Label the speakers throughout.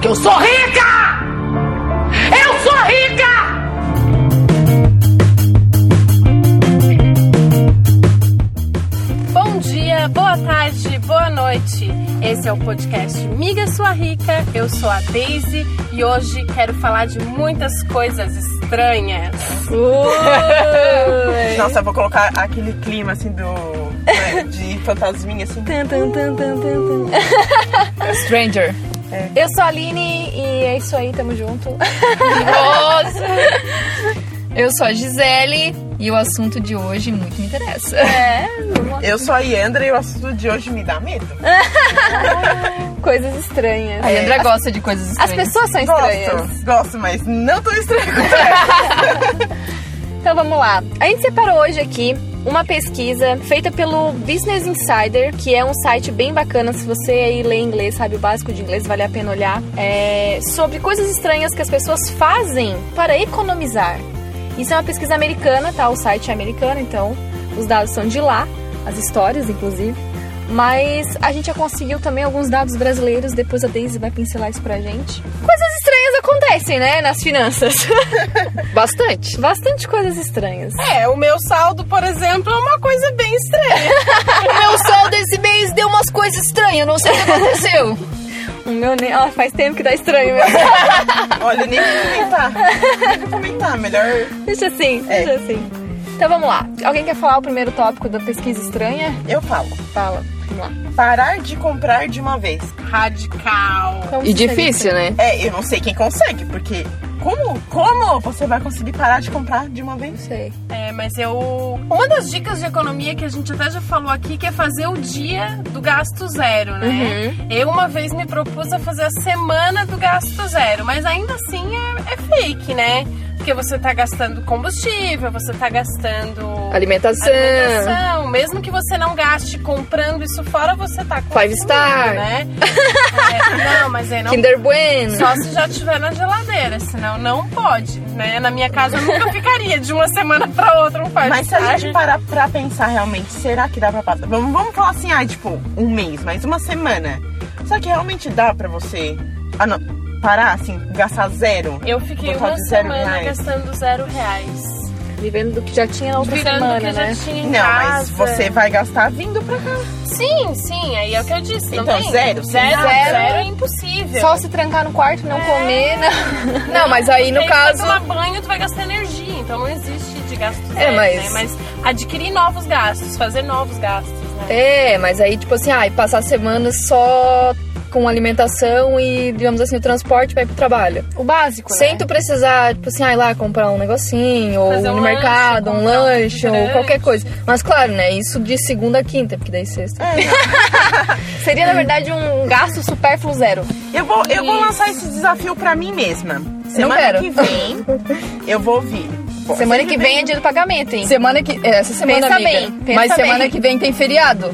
Speaker 1: que eu sou rica! Eu sou rica!
Speaker 2: Bom dia, boa tarde, boa noite. Esse é o podcast Miga Sua Rica. Eu sou a Daisy e hoje quero falar de muitas coisas estranhas.
Speaker 3: Nossa, eu vou colocar aquele clima assim do. né, de fantasminha assim.
Speaker 2: Tan, tan, tan, tan, tan, tan.
Speaker 4: Stranger.
Speaker 5: Eu sou a Aline e é isso aí, tamo junto.
Speaker 4: Nossa! Eu sou a Gisele e o assunto de hoje muito me interessa.
Speaker 5: É,
Speaker 3: Eu sou a Yandra e o assunto de hoje me dá medo.
Speaker 5: coisas estranhas.
Speaker 4: A Leandra gosta de coisas
Speaker 5: As
Speaker 4: estranhas.
Speaker 5: pessoas são estranhas.
Speaker 3: Gosto, gosto, mas não tão estranho.
Speaker 5: Então vamos lá. A gente separou hoje aqui uma pesquisa feita pelo Business Insider, que é um site bem bacana. Se você aí lê inglês, sabe o básico de inglês, vale a pena olhar. É sobre coisas estranhas que as pessoas fazem para economizar. Isso é uma pesquisa americana, tá? O site é americano, então os dados são de lá, as histórias, inclusive. Mas a gente já conseguiu também alguns dados brasileiros, depois a Daisy vai pincelar isso pra gente. Coisas estranhas acontecem, né? Nas finanças.
Speaker 4: Bastante.
Speaker 5: Bastante coisas estranhas.
Speaker 2: É, o meu saldo, por exemplo, é uma coisa bem estranha.
Speaker 4: Meu saldo desse mês deu umas coisas estranhas, não sei o que aconteceu.
Speaker 5: O meu nem. Ó, faz tempo que dá estranho mesmo.
Speaker 3: Olha, nem vou comentar. Nem vou comentar, melhor.
Speaker 5: deixa assim,
Speaker 3: É.
Speaker 5: deixa assim. Então vamos lá. Alguém quer falar o primeiro tópico da pesquisa estranha?
Speaker 3: Eu falo.
Speaker 5: Fala. Vamos lá.
Speaker 3: Parar de comprar de uma vez.
Speaker 2: Radical.
Speaker 5: Como
Speaker 4: E
Speaker 5: Então, você
Speaker 4: difícil, né?
Speaker 3: É, eu não sei quem consegue, porque. Como? Como você vai conseguir parar de comprar de uma vez?
Speaker 5: fez? Não sei.
Speaker 2: É, mas eu. Uma das dicas de economia que a gente até já falou aqui que é fazer o dia do gasto zero, né?
Speaker 4: Uhum.
Speaker 2: Eu uma vez me propus a fazer a semana do gasto zero, mas ainda assim é, é fake, né? Porque você tá gastando combustível, você tá gastando
Speaker 4: Alimentação.
Speaker 2: alimentação, mesmo que você não gaste comprando isso fora, você tá com
Speaker 4: Five star.
Speaker 2: né? É, não, mas aí não
Speaker 4: Kinder Bueno.
Speaker 2: só se já tiver na geladeira, senão não pode, né? Na minha casa eu nunca ficaria de uma semana pra outra um faz
Speaker 3: Mas se a gente parar pra pensar realmente, será que dá pra passar? Vamos, vamos falar assim, ah, tipo, um mês, mas uma semana. Será que realmente dá pra você ah, não, parar, assim, gastar zero?
Speaker 2: Eu fiquei
Speaker 3: Botar
Speaker 2: uma
Speaker 3: de zero
Speaker 2: semana
Speaker 3: reais.
Speaker 2: gastando zero reais.
Speaker 5: Vivendo do que já tinha na outra
Speaker 2: Virando
Speaker 5: semana,
Speaker 2: que
Speaker 5: né?
Speaker 2: já tinha em
Speaker 3: Não, mas
Speaker 2: casa.
Speaker 3: você vai gastar vindo pra cá.
Speaker 2: Sim, sim, aí é o que eu disse. não
Speaker 3: Então,
Speaker 2: tem.
Speaker 3: zero, sim.
Speaker 2: Zero,
Speaker 5: Zero.
Speaker 2: zero é impossível.
Speaker 5: Só se trancar no quarto, não comer, né?
Speaker 4: É. Não, mas aí no
Speaker 2: Porque
Speaker 4: caso.
Speaker 2: Tu vai tomar banho, tu vai gastar energia, então não existe de gasto
Speaker 3: É,
Speaker 2: zero,
Speaker 4: mas-
Speaker 2: né? Mas adquirir novos gastos, fazer novos gastos, né?
Speaker 4: É, mas aí, tipo assim, ai, passar a semana só com alimentação e, digamos assim, o transporte pra ir pro trabalho.
Speaker 5: O básico, né?
Speaker 4: Sem tu precisar, tipo assim, ah, ir lá comprar um negocinho, ou
Speaker 2: Fazer
Speaker 4: no
Speaker 2: um
Speaker 4: mercado, um
Speaker 2: lanche, comprar um
Speaker 4: lanche, ou
Speaker 2: refrigerante.
Speaker 4: qualquer coisa. Mas claro, né? Isso de segunda a quinta, porque daí sexta.
Speaker 3: É,
Speaker 4: Hum.
Speaker 5: Seria, na verdade, um gasto supérfluo zero.
Speaker 3: Eu vou, eu vou lançar esse desafio pra mim mesma. Semana
Speaker 4: quero.
Speaker 3: que vem, eu vou vir. Bom,
Speaker 5: semana
Speaker 3: sempre
Speaker 5: que vem é dia do pagamento, hein?
Speaker 4: Semana que. é, Essa semana
Speaker 5: Pensa
Speaker 4: amiga.
Speaker 5: bem, pensa
Speaker 4: Mas semana
Speaker 5: bem.
Speaker 4: que vem tem feriado.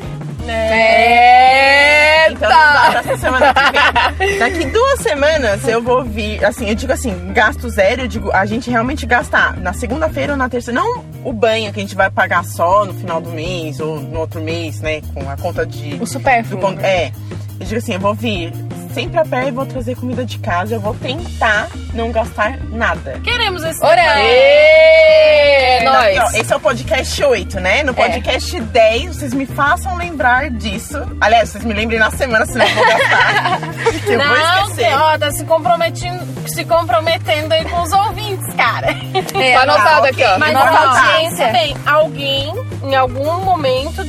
Speaker 2: É.
Speaker 3: tem, Então, não
Speaker 5: tá.
Speaker 3: dá pra semana que vem. Daqui duas semanas eu vou vir, assim, eu digo assim, gasto zero, eu digo a gente realmente gastar na segunda-feira ou na terça, não o banho que a gente vai pagar só no final do mês ou no outro mês, né, com a conta de
Speaker 5: O
Speaker 3: do
Speaker 5: supérfluo. né?
Speaker 3: con- É. Eu digo assim, eu vou vir sempre a pé e vou trazer comida de casa. Eu vou tentar não gastar nada.
Speaker 2: Queremos esse
Speaker 4: É nóis.
Speaker 3: Então, esse é o podcast 8, né? No podcast 10, vocês me façam lembrar disso. Aliás, vocês me lembrem na semana, senão eu vou gastar. que eu vou
Speaker 2: Não,
Speaker 3: esquecer.
Speaker 2: ó, tá se comprometendo, se comprometendo aí com os ouvintes, cara.
Speaker 5: É,
Speaker 4: tá anotado aqui, ó.
Speaker 2: Mas
Speaker 5: nossa
Speaker 2: ó,
Speaker 5: audiência.
Speaker 2: pensa bem, alguém em algum momento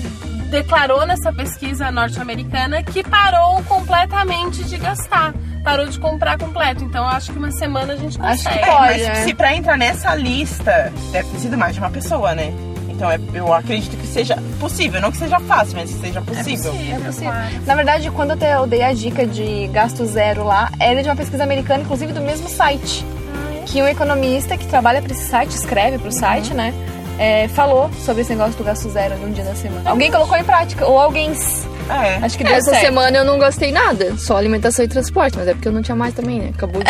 Speaker 2: declarou nessa pesquisa norte-americana que parou completamente de gastar. Parou de comprar completo. Então acho que uma semana a gente
Speaker 5: Acho
Speaker 2: consegue.
Speaker 5: que
Speaker 3: É, mas
Speaker 5: Olha.
Speaker 3: se pra entrar nessa lista, deve ter sido mais de uma pessoa, né? Então é- eu acredito que seja possível. Não que seja fácil, mas que seja possível.
Speaker 5: É possível. Na verdade, quando eu te- eu dei a dica de gasto zero lá, era de uma pesquisa americana, inclusive do mesmo site. Que um economista que trabalha para esse site, escreve para o site, né? é, falou sobre esse negócio do gasto zero de um dia da semana. Alguém colocou em prática, ou alguém.
Speaker 3: É.
Speaker 5: Acho que deu
Speaker 4: Essa
Speaker 5: certo.
Speaker 4: semana eu não gastei nada, só alimentação e transporte, mas é porque eu não tinha mais também, né? Acabou de.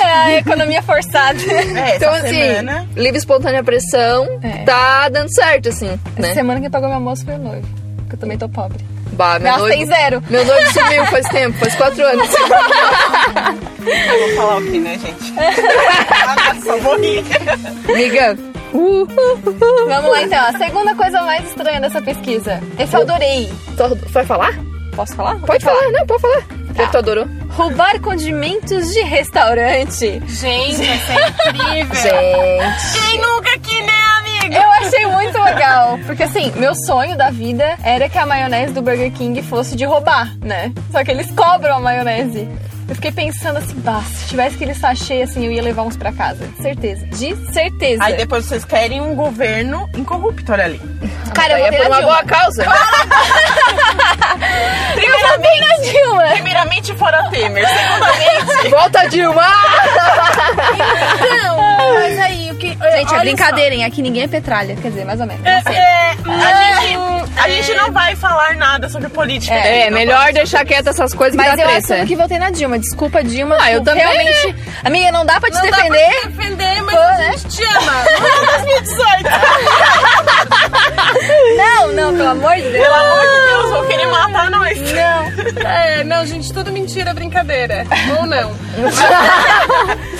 Speaker 5: É a economia forçada.
Speaker 3: É, essa
Speaker 4: então, assim,
Speaker 3: semana.
Speaker 4: livre espontânea pressão,
Speaker 5: É.
Speaker 4: tá dando certo, assim,
Speaker 5: Essa
Speaker 4: né?
Speaker 5: semana quem pagou meu almoço foi o é noivo. Porque eu também tô pobre.
Speaker 4: Bah, meu
Speaker 5: Gastei
Speaker 4: noivo,
Speaker 5: zero.
Speaker 4: meu noivo sumiu faz tempo, faz quatro anos.
Speaker 3: Vou falar o que, né, gente? Nossa, morri.
Speaker 4: Amiga, uh,
Speaker 5: Vamos lá então. A segunda coisa mais estranha dessa pesquisa. Esse eu adorei.
Speaker 4: tu- vai falar?
Speaker 5: Posso falar?
Speaker 4: Pode falar, não, pode falar. Eu tu adorou.
Speaker 5: Roubar condimentos de restaurante.
Speaker 2: Gente, isso é incrível.
Speaker 4: Gente.
Speaker 2: Quem nunca que né, amiga?
Speaker 5: Eu achei muito legal. Porque assim, meu sonho da vida era que a maionese do Burger King fosse de roubar, né? Só que eles cobram a maionese. Eu fiquei pensando assim, bah, se tivesse aquele sachê, assim, eu ia levar uns pra casa. Certeza. De certeza.
Speaker 3: Aí depois vocês querem um governo incorrupto, olha ali.
Speaker 5: Cara, eu
Speaker 4: é
Speaker 5: votei
Speaker 4: por
Speaker 5: na
Speaker 4: uma
Speaker 5: Dilma.
Speaker 4: boa causa.
Speaker 5: Eu votei na Dilma.
Speaker 3: Primeiramente, fora Temer. Segundamente,
Speaker 4: Volta, Dilma!
Speaker 2: Não, mas aí o que.
Speaker 5: Gente, é
Speaker 2: olha
Speaker 5: brincadeira, hein? Aqui ninguém é petralha. Quer dizer, mais ou menos. Não
Speaker 2: só.
Speaker 5: sei.
Speaker 2: É,
Speaker 3: a gente, a gente não vai falar nada sobre política. né, então,
Speaker 5: tá
Speaker 4: É, melhor deixar quieta essas coisas que
Speaker 5: Mas
Speaker 4: dá
Speaker 5: eu
Speaker 4: treta.
Speaker 5: assumo que votei na Dilma. Desculpa, Dilma.
Speaker 4: Ah, eu
Speaker 5: tu
Speaker 4: também,
Speaker 5: Realmente. Amiga, não dá pra te
Speaker 2: né? não dá pra
Speaker 5: É defender.
Speaker 2: te defender, mas
Speaker 5: Pô,
Speaker 2: a gente te ama.
Speaker 5: Não, não, pelo amor de Deus.
Speaker 3: Pelo amor de Deus, vão querer matar nós.
Speaker 2: Não. É, não, gente, tudo mentira, brincadeira. Ou não.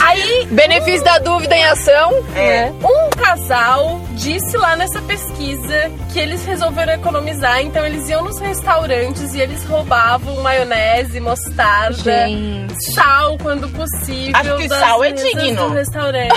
Speaker 2: Aí,
Speaker 4: Benefício da dúvida em ação.
Speaker 3: É.
Speaker 2: um casal disse lá nessa pesquisa que eles resolveram economizar, então eles iam nos restaurantes e eles roubavam maionese, mostarda, sal quando possível.
Speaker 3: Acho que
Speaker 2: das
Speaker 3: sal é
Speaker 2: mesas
Speaker 3: digno.
Speaker 2: Do restaurante.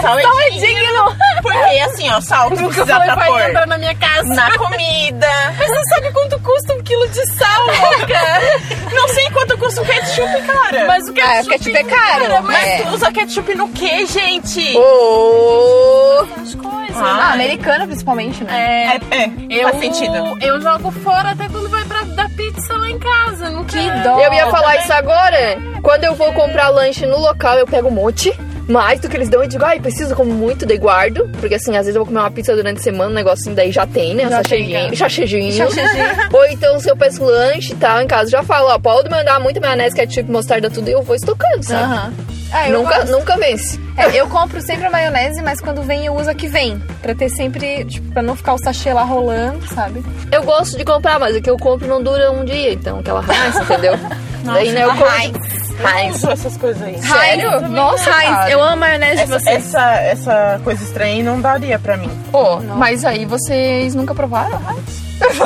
Speaker 3: Sal é digno. Porque assim, ó, sal tu
Speaker 2: Nunca
Speaker 3: precisa
Speaker 2: falei
Speaker 3: pra
Speaker 2: pra ele
Speaker 3: pôr
Speaker 2: entrar na minha casa.
Speaker 3: na comida.
Speaker 2: Mas você sabe quanto custa um quilo de sal,
Speaker 3: É.
Speaker 2: louca?
Speaker 3: Não sei quanto custa o ketchup, cara.
Speaker 2: Mas o ketchup,
Speaker 4: É, ketchup é caro,
Speaker 2: cara,
Speaker 3: Mas
Speaker 2: mas
Speaker 4: é.
Speaker 3: tu usa ketchup no quê, gente?
Speaker 4: Ô,
Speaker 2: as coisas.
Speaker 5: Ah,
Speaker 3: Ah,
Speaker 5: americana principalmente, né?
Speaker 2: É,
Speaker 3: É, é,
Speaker 2: eu,
Speaker 3: faz sentido.
Speaker 2: eu jogo fora até quando vai pra dar pizza lá em casa. Nunca...
Speaker 5: Que dó.
Speaker 4: eu ia falar isso agora. Quando eu vou comprar lanche no local, eu pego um monte. Mais do que eles dão, eu digo, ai, preciso, como muito, daí guardo. Porque assim, às vezes eu vou comer uma pizza durante a semana, um negocinho daí já tem, né?
Speaker 5: Já
Speaker 4: Sachêzinho.
Speaker 5: tem,
Speaker 4: Sachêzinho.
Speaker 5: Sachêzinho.
Speaker 4: Ou então, se eu peço lanche e tal, em casa, já falo, ó, pode mandar muito maionese, ketchup, mostarda, tudo, e eu vou estocando, sabe?
Speaker 5: Aham. Ah, eu
Speaker 4: Nunca,
Speaker 5: gosto.
Speaker 4: nunca vence.
Speaker 5: É, eu compro sempre a maionese, mas quando vem eu uso a que vem. Pra ter sempre, tipo, pra não ficar o sachê lá rolando, sabe?
Speaker 4: Eu gosto de comprar, mas o que eu compro não dura um dia, então aquela Heinz, entendeu? Daí, né, eu compro.
Speaker 3: Eu
Speaker 4: Heinz.
Speaker 3: uso essas coisas aí.
Speaker 4: Sério?
Speaker 5: Heinz, Nossa,
Speaker 4: Heinz,
Speaker 5: Heinz, eu amo a maionese de
Speaker 3: Essa,
Speaker 5: vocês.
Speaker 3: essa, essa coisa estranha aí não daria pra mim.
Speaker 5: Pô, mas aí vocês nunca provaram Heinz?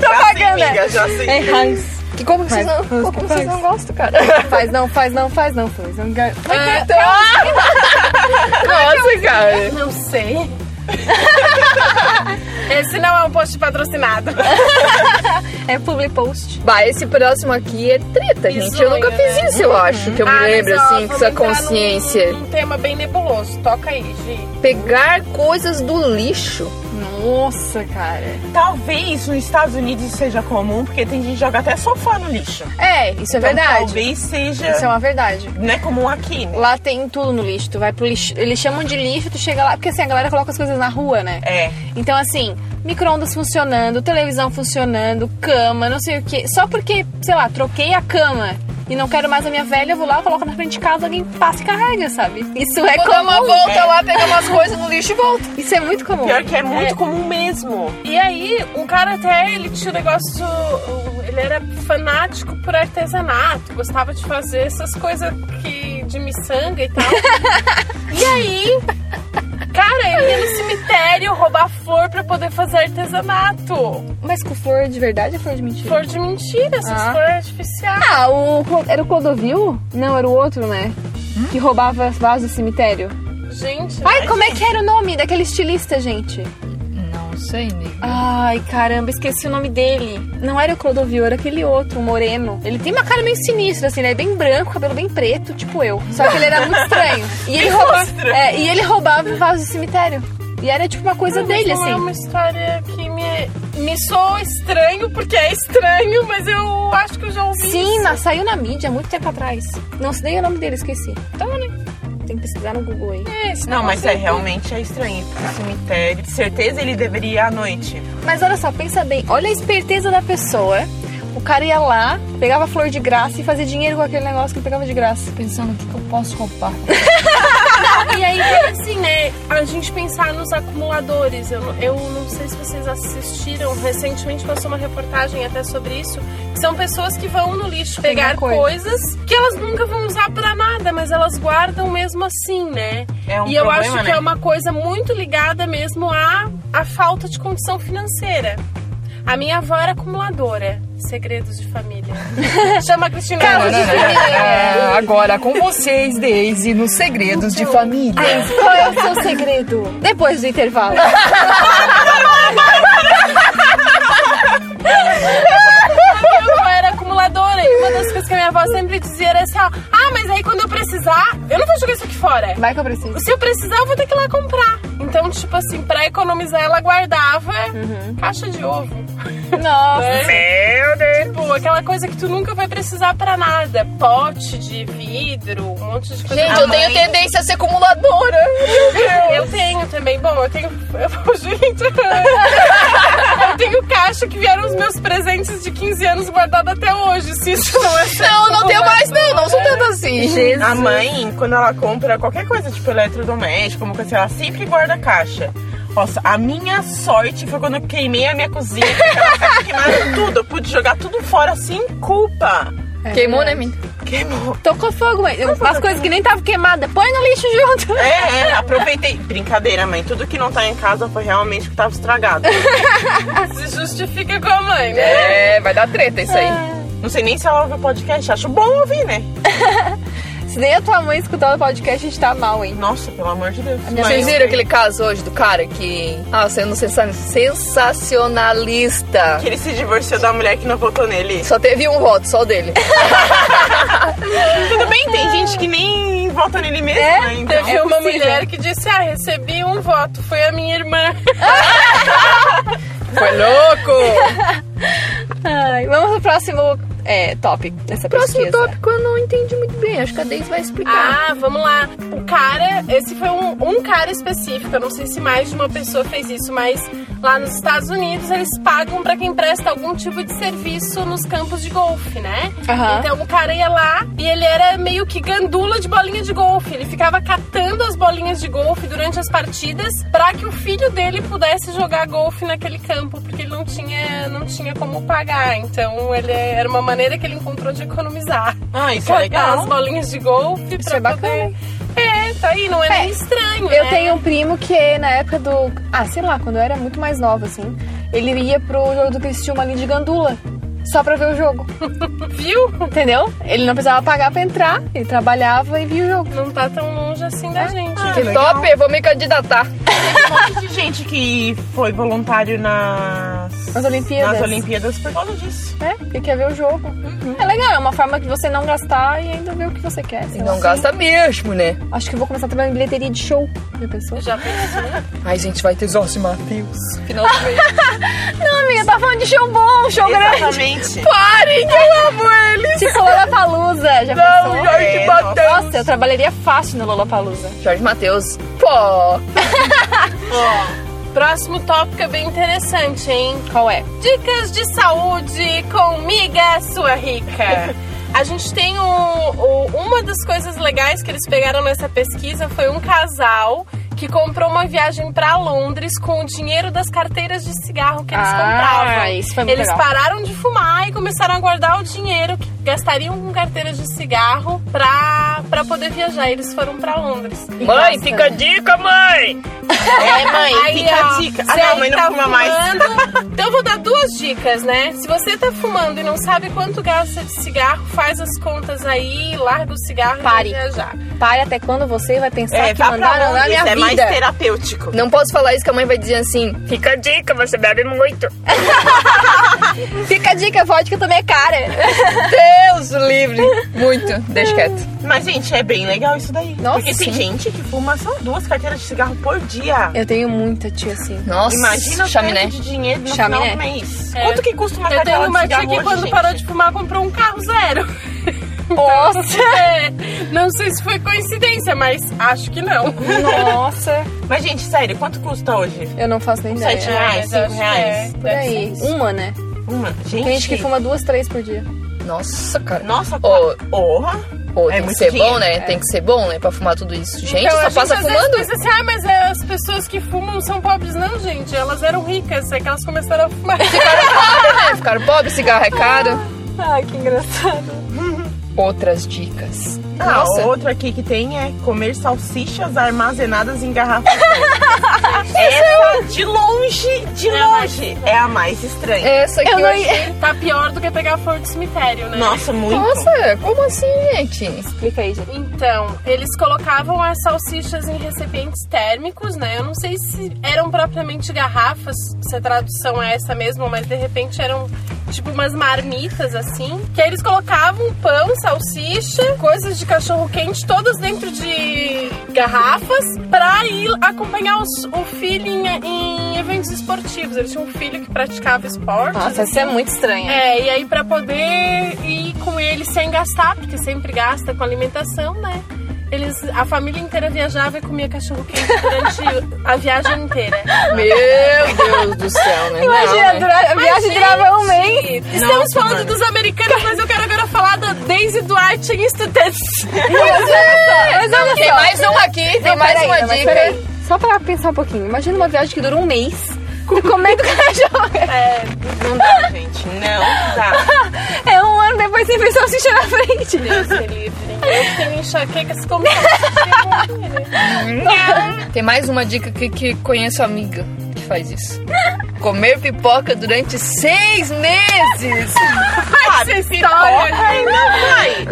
Speaker 5: Propaganda.
Speaker 3: Já sei, Assim, amiga, já sei.
Speaker 5: É Heinz.
Speaker 4: Que como que vocês não, como que vocês não gostam, cara?
Speaker 5: Faz não, faz não, faz não, faz não.
Speaker 2: É,
Speaker 4: um Nossa, cara.
Speaker 2: Não sei. Esse não é um post patrocinado.
Speaker 5: É public post.
Speaker 4: Bah, esse próximo aqui é treta, gente. eu
Speaker 2: Bizonho,
Speaker 4: nunca fiz
Speaker 2: né?
Speaker 4: isso, eu acho. Que eu me
Speaker 2: Ah, mas,
Speaker 4: lembro,
Speaker 2: ó,
Speaker 4: assim, com
Speaker 2: vamos
Speaker 4: essa
Speaker 2: entrar num-
Speaker 4: consciência.
Speaker 2: num tema bem nebuloso. Toca aí, Gi.
Speaker 4: Pegar coisas do lixo.
Speaker 5: Nossa, cara.
Speaker 3: Talvez nos Estados Unidos seja comum, porque tem gente que joga até sofá no lixo.
Speaker 5: É, isso é
Speaker 3: Então,
Speaker 5: verdade.
Speaker 3: Talvez seja.
Speaker 5: Isso é uma verdade.
Speaker 3: Não é comum aqui, né?
Speaker 5: Lá tem tudo no lixo. Tu vai pro lixo. Eles chamam de lixo, tu chega lá. Porque assim, a galera coloca as coisas na rua, né?
Speaker 3: É.
Speaker 5: Então, assim, micro-ondas funcionando, televisão funcionando, cama, não sei o quê. Só porque, sei lá, troquei a cama e não quero mais a minha velha, eu vou lá, eu coloco na frente de casa, alguém passa e carrega, sabe? Isso é
Speaker 4: Vou dar uma
Speaker 5: comum.
Speaker 4: volta lá, pegar umas coisas no lixo e volta.
Speaker 5: Isso é muito comum.
Speaker 3: Pior que é muito comum mesmo.
Speaker 2: E aí, um cara até, ele tinha um negócio... Ele era fanático por artesanato. Gostava de fazer essas coisas que, de miçanga e tal. e aí... Cara, ele ia no cemitério roubar flor pra poder fazer artesanato.
Speaker 5: Mas com flor de verdade ou flor de mentira?
Speaker 2: Flor de mentira, essas
Speaker 5: Ah.
Speaker 2: flores artificiais.
Speaker 5: Ah, o... Clo- era o Clodovil? Não, era o outro, né? Que roubava as vasos do cemitério.
Speaker 2: Gente,
Speaker 5: Ai, como é que era o nome daquele estilista, gente?
Speaker 4: Não sei, nego.
Speaker 5: Ai, caramba, esqueci o nome dele. Não era o Clodovil, era aquele outro, o moreno. Ele tem uma cara meio sinistra, assim, ele é bem branco, cabelo bem preto, tipo eu. Só que ele era muito estranho. E ele roubava, é, e ele roubava o vaso do cemitério. E era tipo uma coisa
Speaker 2: mas
Speaker 5: dele,
Speaker 2: não é
Speaker 5: assim.
Speaker 2: uma história que me, me soa estranho, porque é estranho, mas eu acho que eu já ouvi.
Speaker 5: Sim,
Speaker 2: isso.
Speaker 5: na- saiu na mídia há muito tempo atrás. Não sei nem o nome dele, esqueci. Então, né? Tem que pesquisar no Google aí.
Speaker 2: É, esse
Speaker 3: Não, mas é
Speaker 2: negócio
Speaker 3: realmente é estranho. ir Pro cemitério. De certeza ele deveria ir à noite.
Speaker 5: Mas olha só, pensa bem, olha a esperteza da pessoa. O cara ia lá, pegava flor de graça e fazia dinheiro com aquele negócio que ele pegava de graça.
Speaker 4: Pensando o que, eu posso comprar.
Speaker 2: E aí, tem assim, né? A gente pensar nos acumuladores. Eu, não- eu não sei se vocês assistiram, recentemente passou uma reportagem até sobre isso. Que são pessoas que vão no lixo
Speaker 5: Pegar
Speaker 2: pegar coisas que elas nunca vão usar pra nada, mas elas guardam mesmo assim, né?
Speaker 3: É um
Speaker 2: e eu
Speaker 3: problema,
Speaker 2: acho que
Speaker 3: né?
Speaker 2: é uma coisa muito ligada mesmo à, à falta de condição financeira. A minha avó era acumuladora. Segredos de família. Chama a Cristina. Carlos de
Speaker 3: né,
Speaker 6: É, agora com vocês, Daisy, nos segredos de família.
Speaker 4: Qual é o seu segredo?
Speaker 5: Depois do intervalo.
Speaker 2: minha avó era acumuladora. E uma das coisas que a minha avó sempre dizia era assim, ó, ah, mas aí quando eu precisar, eu não vou jogar isso aqui fora.
Speaker 5: Vai que eu preciso.
Speaker 2: Se eu precisar, eu vou ter que ir lá comprar. Então, tipo assim, pra economizar, ela guardava
Speaker 4: Uhum.
Speaker 2: caixa de ovo. É,
Speaker 5: Nossa. É.
Speaker 3: Meu Deus!
Speaker 2: Tipo, aquela coisa que tu nunca vai precisar pra nada. Pote de vidro, um monte de coisa.
Speaker 4: Gente,
Speaker 2: Ah,
Speaker 4: eu tenho um tendência a ser acumuladora.
Speaker 2: Eu tenho também. Bom, eu tenho. Eu, gente. eu tenho caixa que vieram os meus presentes de 15 anos guardado até hoje. Se isso não é.
Speaker 4: Não, não tenho mais, não. Não sou tanto assim.
Speaker 3: A mãe, quando ela compra qualquer coisa, tipo eletrodoméstico, uma coisa assim, ela sempre guarda a caixa. Nossa, a minha sorte foi quando eu queimei a minha cozinha, que aquela caixa queimaram tudo. Eu pude jogar tudo fora sem culpa.
Speaker 4: Queimou, né, mim?
Speaker 3: Queimou.
Speaker 5: Tocou fogo, mas as coisas que nem estavam queimadas, põe no lixo junto.
Speaker 3: É, é, aproveitei. Brincadeira, mãe. Tudo que não tá em casa foi realmente o que tava estragado.
Speaker 2: Se justifica com a mãe, né?
Speaker 4: É, vai dar treta isso aí.
Speaker 3: Não sei nem se ela ouve o podcast. Acho bom ouvir, né?
Speaker 5: Se nem a tua mãe escutando o podcast, a gente tá mal, hein?
Speaker 3: Nossa, pelo amor de Deus.
Speaker 5: minha
Speaker 3: Mãe,
Speaker 4: Vocês viram aquele caso hoje do cara que. Ah, sendo sensa- sensacionalista.
Speaker 3: Que ele se divorciou da mulher que não votou nele.
Speaker 4: Só teve um voto, só o dele.
Speaker 3: Tudo bem,
Speaker 4: Ah.
Speaker 3: tem gente que nem vota nele mesmo,
Speaker 4: É?
Speaker 3: né? Então.
Speaker 2: Teve uma mulher que disse: Ah, recebi um voto, foi a minha irmã.
Speaker 4: Foi louco!
Speaker 5: Ai, vamos pro próximo é, tópico dessa
Speaker 4: Próximo
Speaker 5: pesquisa.
Speaker 4: tópico eu não entendi muito bem. Acho que a Deise vai explicar.
Speaker 2: Ah, vamos lá. O cara, esse foi um, um cara específico, eu não sei se mais de uma pessoa fez isso, mas lá nos Estados Unidos eles pagam pra quem presta algum tipo de serviço nos campos de golfe, né?
Speaker 5: Aham.
Speaker 2: Então o cara ia lá e ele era meio que gandula de bolinha de golfe. Ele ficava catando as bolinhas de golfe durante as partidas pra que o filho dele pudesse jogar golfe naquele campo, porque ele não tinha, não tinha como pagar. Então ele era uma maneira que ele encontrou de economizar
Speaker 3: Ah, isso é
Speaker 2: catar as
Speaker 3: legal.
Speaker 2: bolinhas de golfe
Speaker 5: Isso
Speaker 2: pra
Speaker 5: é bacana.
Speaker 2: poder- É, tá aí, não é,
Speaker 5: É,
Speaker 2: nem estranho,
Speaker 5: Eu
Speaker 2: né?
Speaker 5: tenho um primo que na época do. Ah, sei lá, quando eu era muito mais nova, assim, ele ia pro jogo do Cristiúma ali de Gandula. Só pra ver o jogo,
Speaker 2: Viu?
Speaker 5: entendeu? Ele não precisava pagar pra entrar, ele trabalhava e via o jogo.
Speaker 2: Não tá tão longe assim da gente.
Speaker 3: Ah,
Speaker 4: Que
Speaker 3: legal.
Speaker 4: top, eu vou me candidatar.
Speaker 3: Teve um monte de gente que foi voluntário nas...
Speaker 5: Nas Olimpíadas.
Speaker 3: Nas Olimpíadas por causa disso.
Speaker 5: É, porque quer ver o jogo. É legal, é uma forma que você não gastar e ainda ver o que você quer. sei
Speaker 4: E
Speaker 5: lá.
Speaker 4: não gasta mesmo, né?
Speaker 5: Acho que eu vou começar também em bilheteria de show. Já pensou?
Speaker 2: Já pensou?
Speaker 4: Ai, gente, vai ter Zorce Matheus. Final do mês.
Speaker 5: Não, amiga, tá falando de show bom, show grande.
Speaker 3: Exatamente.
Speaker 4: Parem, que eu amo ele!
Speaker 5: Tipo Lollapalooza, já
Speaker 4: Não,
Speaker 5: pensou?
Speaker 4: Jorge
Speaker 3: É,
Speaker 4: Matheus!
Speaker 5: Nossa, eu trabalharia fácil no Lollapalooza.
Speaker 4: Jorge Matheus. Pô!
Speaker 2: Próximo tópico é bem interessante, hein?
Speaker 5: Qual é?
Speaker 2: Dicas de saúde com Miga Sua Rica. A gente tem o, o- uma das coisas legais que eles pegaram nessa pesquisa foi um casal que comprou uma viagem pra Londres com o dinheiro das carteiras de cigarro que
Speaker 5: Ah,
Speaker 2: eles compravam.
Speaker 5: isso foi muito
Speaker 2: Eles
Speaker 5: legal.
Speaker 2: pararam de fumar e começaram a guardar o dinheiro que gastariam com carteiras de cigarro pra, pra poder viajar. Eles foram pra Londres.
Speaker 4: Mãe, fica a dica, mãe!
Speaker 3: É, mãe,
Speaker 2: Aí,
Speaker 3: fica
Speaker 2: ó,
Speaker 3: a dica.
Speaker 2: se
Speaker 3: Ah, não,
Speaker 2: aí
Speaker 3: mãe, não
Speaker 2: tá
Speaker 3: fuma mais.
Speaker 2: fumando- Então eu vou dar duas dicas, né? Se você tá fumando e não sabe quanto gasta de cigarro, faz as contas aí, larga o cigarro
Speaker 5: Pare.
Speaker 2: e vai viajar.
Speaker 5: Pare até quando você vai pensar
Speaker 3: É,
Speaker 5: que
Speaker 3: vá pra
Speaker 5: mandaram na
Speaker 3: Londres,
Speaker 5: minha
Speaker 3: é mais
Speaker 5: vida.
Speaker 3: terapêutico.
Speaker 4: Não posso falar isso que a mãe vai dizer assim. Fica a dica, você bebe muito.
Speaker 5: Fica a dica, vodka também é cara.
Speaker 4: Deus livre! Muito, deixa quieto.
Speaker 3: Mas, gente, é bem legal isso daí.
Speaker 5: Nossa,
Speaker 3: Porque
Speaker 5: sim.
Speaker 3: tem gente que fuma só duas carteiras de cigarro por dia.
Speaker 5: Eu tenho muita tia assim.
Speaker 4: Nossa,
Speaker 3: Imagina o
Speaker 4: chaminé.
Speaker 3: tanto de dinheiro no
Speaker 5: Chaminé.
Speaker 3: final do mês.
Speaker 2: É.
Speaker 3: Quanto que custa uma
Speaker 2: Eu
Speaker 3: carteira
Speaker 2: tenho uma
Speaker 3: de cigarro
Speaker 2: tia que
Speaker 3: hoje,
Speaker 2: quando
Speaker 3: gente?
Speaker 2: parou de fumar comprou um carro zero.
Speaker 5: Nossa!
Speaker 2: É, não sei se foi coincidência, mas acho que não.
Speaker 5: Nossa!
Speaker 3: Mas, gente, sério, quanto custa hoje?
Speaker 5: Eu não faço nem ideia.
Speaker 3: Sete
Speaker 2: É,
Speaker 3: reais,
Speaker 2: mas eu
Speaker 3: cinco
Speaker 2: acho que
Speaker 3: reais.
Speaker 2: é.
Speaker 5: Por aí. Uma, né?
Speaker 3: Uma. Gente,
Speaker 5: Tem gente que fuma duas, três por dia.
Speaker 4: Nossa, cara.
Speaker 3: Nossa,
Speaker 4: Ô.
Speaker 3: porra.
Speaker 4: Pô,
Speaker 3: É
Speaker 4: tem que
Speaker 3: muito
Speaker 4: ser
Speaker 3: dinheiro,
Speaker 4: bom, né?
Speaker 3: é.
Speaker 4: Tem que ser bom, né? Pra fumar tudo isso. Gente,
Speaker 2: Então,
Speaker 4: só
Speaker 2: a
Speaker 4: passa
Speaker 2: gente,
Speaker 4: fumando? né?
Speaker 2: Às vezes, pensa assim, ah, mas é, as pessoas que fumam são pobres. Não, gente, elas eram ricas, é que elas começaram a fumar.
Speaker 4: É, ficaram pobres, cigarro é caro.
Speaker 5: Ah, que engraçado.
Speaker 4: Outras dicas.
Speaker 3: Ah,
Speaker 4: Nossa.
Speaker 3: outra aqui que tem é comer salsichas armazenadas em garrafas. Essa, de longe, de longe, é a mais estranha.
Speaker 4: Essa aqui eu,
Speaker 5: Eu não
Speaker 4: achei-
Speaker 2: tá pior do que pegar flor do cemitério, né?
Speaker 3: Nossa, muito.
Speaker 4: Nossa, como assim, gente?
Speaker 5: Explica aí, gente.
Speaker 2: Então, eles colocavam as salsichas em recipientes térmicos, né? Eu não sei se eram propriamente garrafas, se a tradução é essa mesmo, mas de repente eram tipo umas marmitas assim. Que aí eles colocavam pão, salsicha, coisas de cachorro quente, todas dentro de garrafas, pra ir acompanhar os- o filho em, em eventos esportivos. Eles tinham um filho que praticava esportes.
Speaker 5: Nossa, isso é muito estranho.
Speaker 2: É, e aí pra poder ir com ele sem gastar, porque sempre gasta com alimentação, né? Eles, a família inteira viajava e comia cachorro quente durante a viagem inteira.
Speaker 4: Meu Deus do céu, né?
Speaker 5: Imagina,
Speaker 4: Não, né?
Speaker 5: dura- a viagem durava um mês.
Speaker 2: Estamos falando dos americanos, mas eu quero agora falar da Daisy Duarte em estudantes.
Speaker 5: Mas olha
Speaker 4: Tem
Speaker 5: só.
Speaker 4: mais um aqui, tem
Speaker 5: Não,
Speaker 4: mais
Speaker 5: peraí,
Speaker 4: uma
Speaker 5: não, mas
Speaker 4: dica.
Speaker 5: peraí. Só pra pensar um pouquinho. Imagina uma viagem que dura um mês. Comendo cachorro.
Speaker 3: Não dá, gente. Não dá.
Speaker 5: É um ano depois sem pensar se na frente.
Speaker 2: Deus me livre. Eu tenho enxaqueca se comer. cachorro
Speaker 4: Tem mais uma dica que, que conheço amiga que faz isso. Comer pipoca durante seis meses.
Speaker 2: quente. Essa história.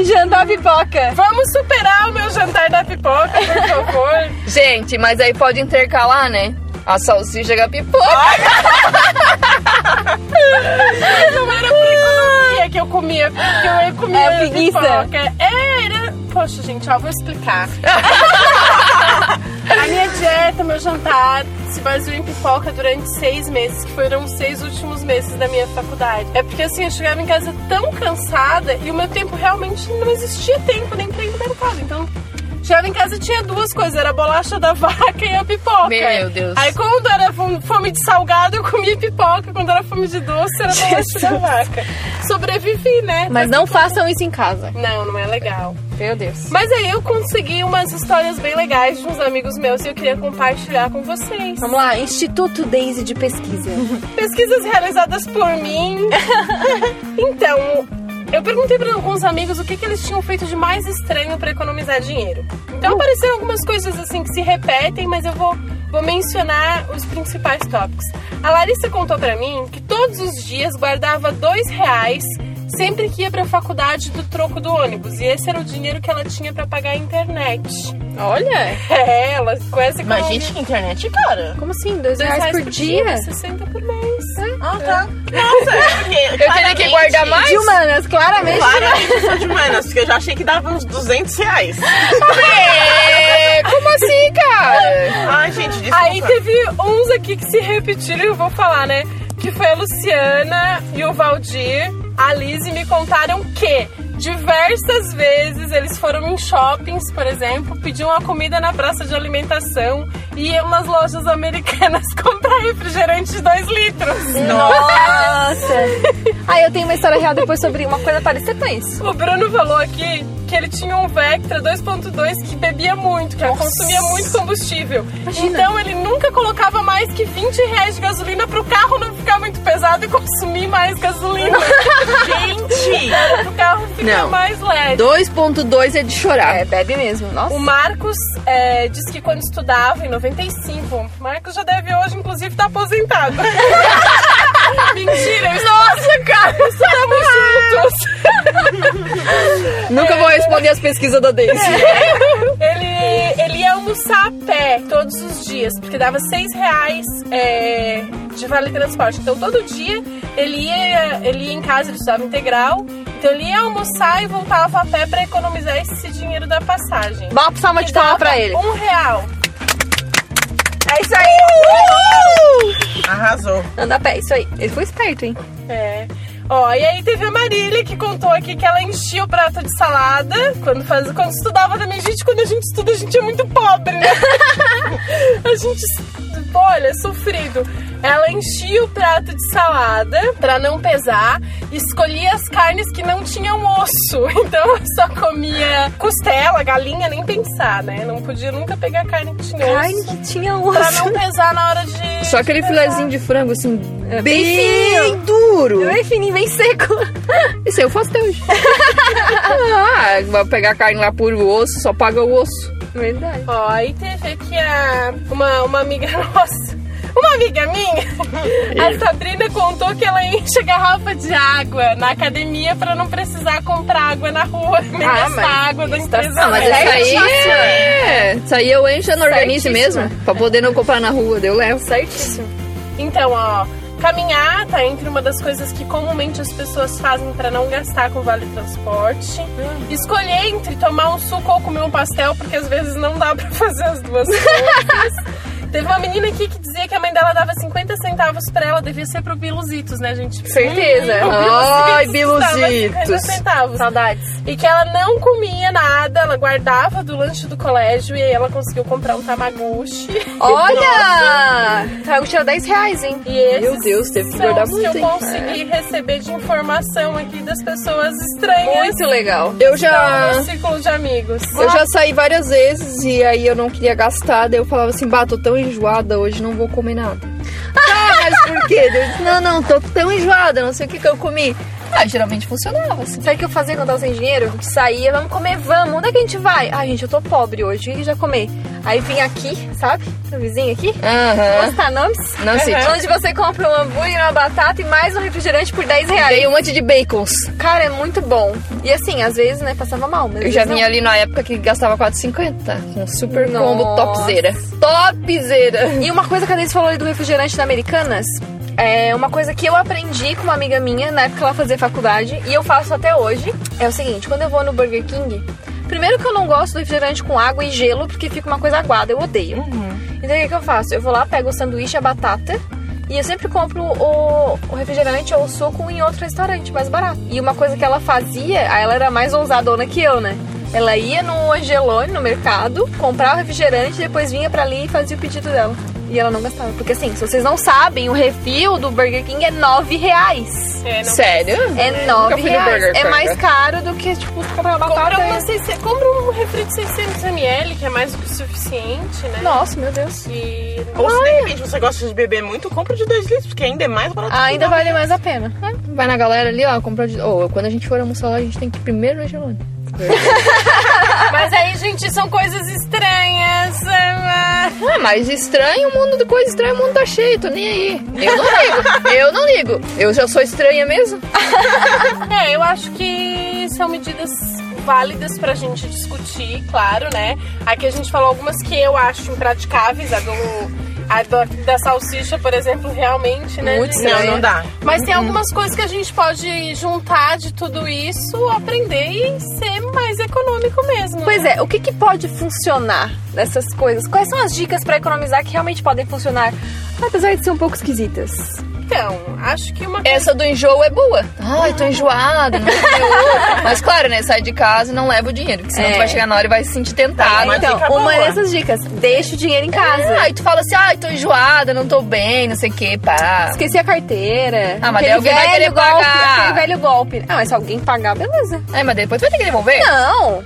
Speaker 5: Jantar pipoca.
Speaker 2: Vamos superar o meu jantar da pipoca, por favor.
Speaker 4: Gente, mas aí pode intercalar, né? A salsicha com a pipoca.
Speaker 2: Não era por economia que eu comia, porque eu comia
Speaker 5: É, preguiça.
Speaker 2: pipoca. É, Era... Poxa, gente, ó, vou explicar. A minha dieta, meu jantar, se baseou em pipoca durante seis meses, que foram os seis últimos meses da minha faculdade. É porque assim, eu chegava em casa tão cansada e o meu tempo realmente não existia tempo nem pra ir no mercado. Então, chegava em casa e tinha duas coisas: era a bolacha da vaca e a pipoca.
Speaker 4: Meu Deus.
Speaker 2: Aí quando era fo- fome de salgado, eu comia pipoca. Quando era fome de doce, era bolacha da vaca. Sobrevivi, né?
Speaker 5: Mas não façam isso em casa.
Speaker 2: Não, não é legal.
Speaker 5: Meu Deus.
Speaker 2: Mas aí eu consegui umas histórias bem legais de uns amigos meus e eu queria compartilhar com vocês.
Speaker 5: Vamos lá, Instituto Daisy de Pesquisa.
Speaker 2: Pesquisas realizadas por mim. então, eu perguntei para alguns amigos o que, que eles tinham feito de mais estranho para economizar dinheiro. Então
Speaker 5: Hum.
Speaker 2: apareceram algumas coisas assim que se repetem, mas eu vou, vou mencionar os principais tópicos. A Larissa contou para mim que todos os dias guardava dois reais sempre que ia para a faculdade do troco do ônibus e esse era o dinheiro que ela tinha para pagar a internet.
Speaker 5: Olha.
Speaker 2: É, ela com essa
Speaker 3: Mas,
Speaker 2: economia.
Speaker 3: gente, que internet, é cara.
Speaker 5: Como assim? Dois, reais, por dia?
Speaker 2: 60 por mês.
Speaker 3: Ah, tá. Nossa, é porque.
Speaker 4: Eu teria que guardar mais?
Speaker 5: De humanas, claramente.
Speaker 3: Claramente eu sou de humanas, porque eu já achei que dava uns 200 reais.
Speaker 4: É, como assim, cara?
Speaker 3: Ai, gente, desculpa.
Speaker 2: Aí teve uns aqui que se repetiram, eu vou falar, né? Que foi a Luciana e o Valdir, a Liz, e me contaram que diversas vezes eles foram em shoppings, por exemplo, pediam a comida na praça de alimentação e iam nas lojas americanas comprar refrigerante de 2 litros.
Speaker 5: Nossa. ah, eu tenho uma história real depois sobre uma coisa parecida com isso.
Speaker 2: O Bruno falou aqui que ele tinha um Vectra 2.2 que bebia muito, que consumia muito combustível. Então ele nunca colocava mais que 20 reais de gasolina pro carro não ficar muito pesado e consumir mais gasolina. Gente! Pro carro ficar
Speaker 4: Não.
Speaker 2: mais leve.
Speaker 4: 2.2 é de chorar.
Speaker 5: É, bebe mesmo. Nossa.
Speaker 2: O Marcos é, disse que quando estudava, em 95, o Marcos já deve hoje, inclusive, estar aposentado. Mentira, eu Nossa, cara! Estudamos juntos!
Speaker 4: Nunca vou responder as pesquisas da Daisy.
Speaker 2: Ele, ele ia almoçar a pé todos os dias, porque dava seis reais é, de vale transporte. Então todo dia ele ia, ele ia em casa, ele estudava integral. Então ele ia almoçar e voltava a pé pra economizar esse dinheiro da passagem.
Speaker 5: Dá uma palma de
Speaker 2: Que
Speaker 5: palma
Speaker 2: dava
Speaker 5: pra ele.
Speaker 2: Um real.
Speaker 5: É isso aí.
Speaker 3: Arrasou.
Speaker 5: Anda a pé, isso aí. Ele foi esperto, hein?
Speaker 2: É. Ó, e aí teve a Marília que contou aqui que ela enchia o prato de salada quando, faz, quando estudava também. Gente, quando a gente estuda, a gente é muito pobre, né? A gente, olha, sofrido. Ela enchia o prato de salada pra não pesar, escolhia as carnes que não tinham osso. Então eu só comia costela, galinha, nem pensar, né? Não podia nunca pegar carne que tinha
Speaker 5: Carne
Speaker 2: osso.
Speaker 5: que tinha um
Speaker 2: Pra
Speaker 5: osso.
Speaker 2: não pesar na hora de.
Speaker 4: Só aquele
Speaker 2: de pesar.
Speaker 4: filezinho de frango, assim,
Speaker 5: É, fininho.
Speaker 4: bem duro.
Speaker 5: Bem é fininho, bem seco.
Speaker 4: Isso aí eu faço até hoje. ah, vai pegar a carne lá por osso, só paga o osso.
Speaker 5: Verdade.
Speaker 2: Ó, aí teve aqui a, uma, uma amiga nossa. Uma amiga minha, a Sabrina contou que ela enche a garrafa de água na academia pra não precisar comprar áua na rua, nem
Speaker 4: Ah,
Speaker 2: essa
Speaker 4: mas
Speaker 2: água da empresa.
Speaker 4: Ah, mas
Speaker 2: dela.
Speaker 4: isso aí. É, isso aí eu encho no organismo
Speaker 5: Certíssima.
Speaker 4: mesmo. Pra poder não comprar na rua, deu levo.
Speaker 5: Certíssimo.
Speaker 2: Então, ó, caminhar tá entre uma das coisas que comumente as pessoas fazem pra não gastar com vale transporte. Escolher entre tomar um suco ou comer um pastel, porque às vezes não dá pra fazer as duas coisas. Teve uma menina aqui que dizia que a mãe dela dava 50 centavos pra ela, devia ser pro Biluzitos, né, gente? Hum,
Speaker 5: Certeza.
Speaker 4: Ai,
Speaker 2: Dava 50
Speaker 4: biluzitos.
Speaker 2: centavos.
Speaker 5: Saudades.
Speaker 2: E que ela não comia nada, ela guardava do lanche do colégio e aí ela conseguiu comprar um tamaguchi.
Speaker 5: Olha! Trago tira 10 reais, hein?
Speaker 2: E esses
Speaker 4: Meu Deus, teve que
Speaker 2: são
Speaker 4: guardar
Speaker 2: os
Speaker 4: muito,
Speaker 2: que eu
Speaker 4: hein?
Speaker 2: consegui receber de informação aqui das pessoas estranhas
Speaker 4: Muito é legal. Eu
Speaker 2: do
Speaker 4: já.
Speaker 2: meu círculo de amigos.
Speaker 4: Eu já saí várias vezes e aí eu não queria gastar, daí eu falava assim, bah, tô tão enjoada hoje, não vou comer nada. Ah, mas por quê? Eu disse, não, não, tô tão enjoada, não sei o que que eu comi. Ah, geralmente funcionava, assim.
Speaker 5: Sabe o que eu fazia quando eu tava sem dinheiro? A gente saía, vamos comer, vamos. Onde é que a gente vai? Ai, gente, eu tô pobre hoje. O que que já comer? Aí vim aqui, sabe? Meu vizinho aqui. Vou
Speaker 4: Aham,
Speaker 5: citar nomes.
Speaker 4: não sei.
Speaker 5: Onde você compra um hambúrguer, uma batata e mais um refrigerante por 10 reais.
Speaker 4: Ganhei um monte de bacons.
Speaker 5: Cara, é muito bom. E assim, às vezes, né, passava mal. Mas
Speaker 4: Eu já vim ali na época que gastava 4,50. Um super combo
Speaker 5: Nossa.
Speaker 4: topzera. Topzera!
Speaker 5: E uma coisa que a Denise falou ali do refrigerante da Americanas, é uma coisa que eu aprendi com uma amiga minha na época que ela fazia faculdade, e eu faço até hoje, é o seguinte, quando eu vou no Burger King, primeiro que eu não gosto do refrigerante com água e gelo, porque fica uma coisa aguada, eu odeio. Então o que, que eu faço? Eu vou lá, pego o sanduíche, a batata, e eu sempre compro o, o refrigerante ou o suco em outro restaurante mais barato. E uma coisa que ela fazia, aí ela era mais ousadona que eu, né? Ela ia no Angelone, no mercado, comprava o refrigerante, depois vinha pra ali e fazia o pedido dela. E ela não gastava. Porque assim, se vocês não sabem, o refil do Burger King é 9 reais.
Speaker 2: É, não.
Speaker 4: Sério?
Speaker 5: É
Speaker 4: Nunca
Speaker 5: 9
Speaker 4: fui no Burger
Speaker 5: reais. É
Speaker 4: King. né?
Speaker 5: mais caro do que, tipo, comprar uma
Speaker 2: Compra,
Speaker 4: tá
Speaker 5: batata.
Speaker 2: uma 600 compra um refri de 600ml, que é mais do que o suficiente, né?
Speaker 5: Nossa, meu Deus.
Speaker 2: E...
Speaker 3: Ou se de repente você gosta de beber muito, compra de 2 litros, porque ainda é mais barato.
Speaker 5: Ah, Ainda vale mais a pena.
Speaker 4: Vai na galera ali, ó, comprar de. Ô, quando a gente for almoçar lá, a gente tem que ir primeiro no Angelone.
Speaker 2: Mas aí, gente, são coisas estranhas. ah, ah.
Speaker 4: Ah, mas estranho, o mundo de coisa estranha, o mundo tá cheio, tô nem aí. Eu não ligo, eu não ligo. Eu já sou estranha mesmo.
Speaker 2: É, eu acho que são medidas válidas pra gente discutir, claro, né? Aqui a gente falou algumas que eu acho impraticáveis, a do... A do- da salsicha, por exemplo, realmente, né?
Speaker 4: Muito
Speaker 2: gente?
Speaker 3: Não, não dá.
Speaker 2: Mas tem algumas coisas que a gente pode juntar de tudo isso, aprender e ser mais econômico mesmo. né?
Speaker 5: Pois é, o que, que pode funcionar nessas coisas? Quais são as dicas pra economizar que realmente podem funcionar, apesar de ser um pouco esquisitas?
Speaker 2: Então, acho que uma coisa.
Speaker 4: Essa do enjoo é boa. Ai, tô enjoada, não vou comer outra. Mas claro, né? Sai de casa e não leva o dinheiro, porque senão
Speaker 5: É.
Speaker 4: tu vai chegar na hora e vai se sentir tentado.
Speaker 3: Ah, Mas
Speaker 5: então,
Speaker 3: fica
Speaker 5: uma
Speaker 3: boa.
Speaker 5: dessas dicas, deixa o dinheiro em casa.
Speaker 4: Ah, aí tu fala assim, ai, tô enjoada, não tô bem, não sei o que, pá.
Speaker 5: Esqueci a carteira.
Speaker 4: Ah, mas daí alguém vai querer
Speaker 5: golpe,
Speaker 4: pagar.
Speaker 5: Aquele velho golpe. Ah, mas se alguém pagar, beleza.
Speaker 4: Ai, mas depois tu vai ter que devolver?
Speaker 5: Não.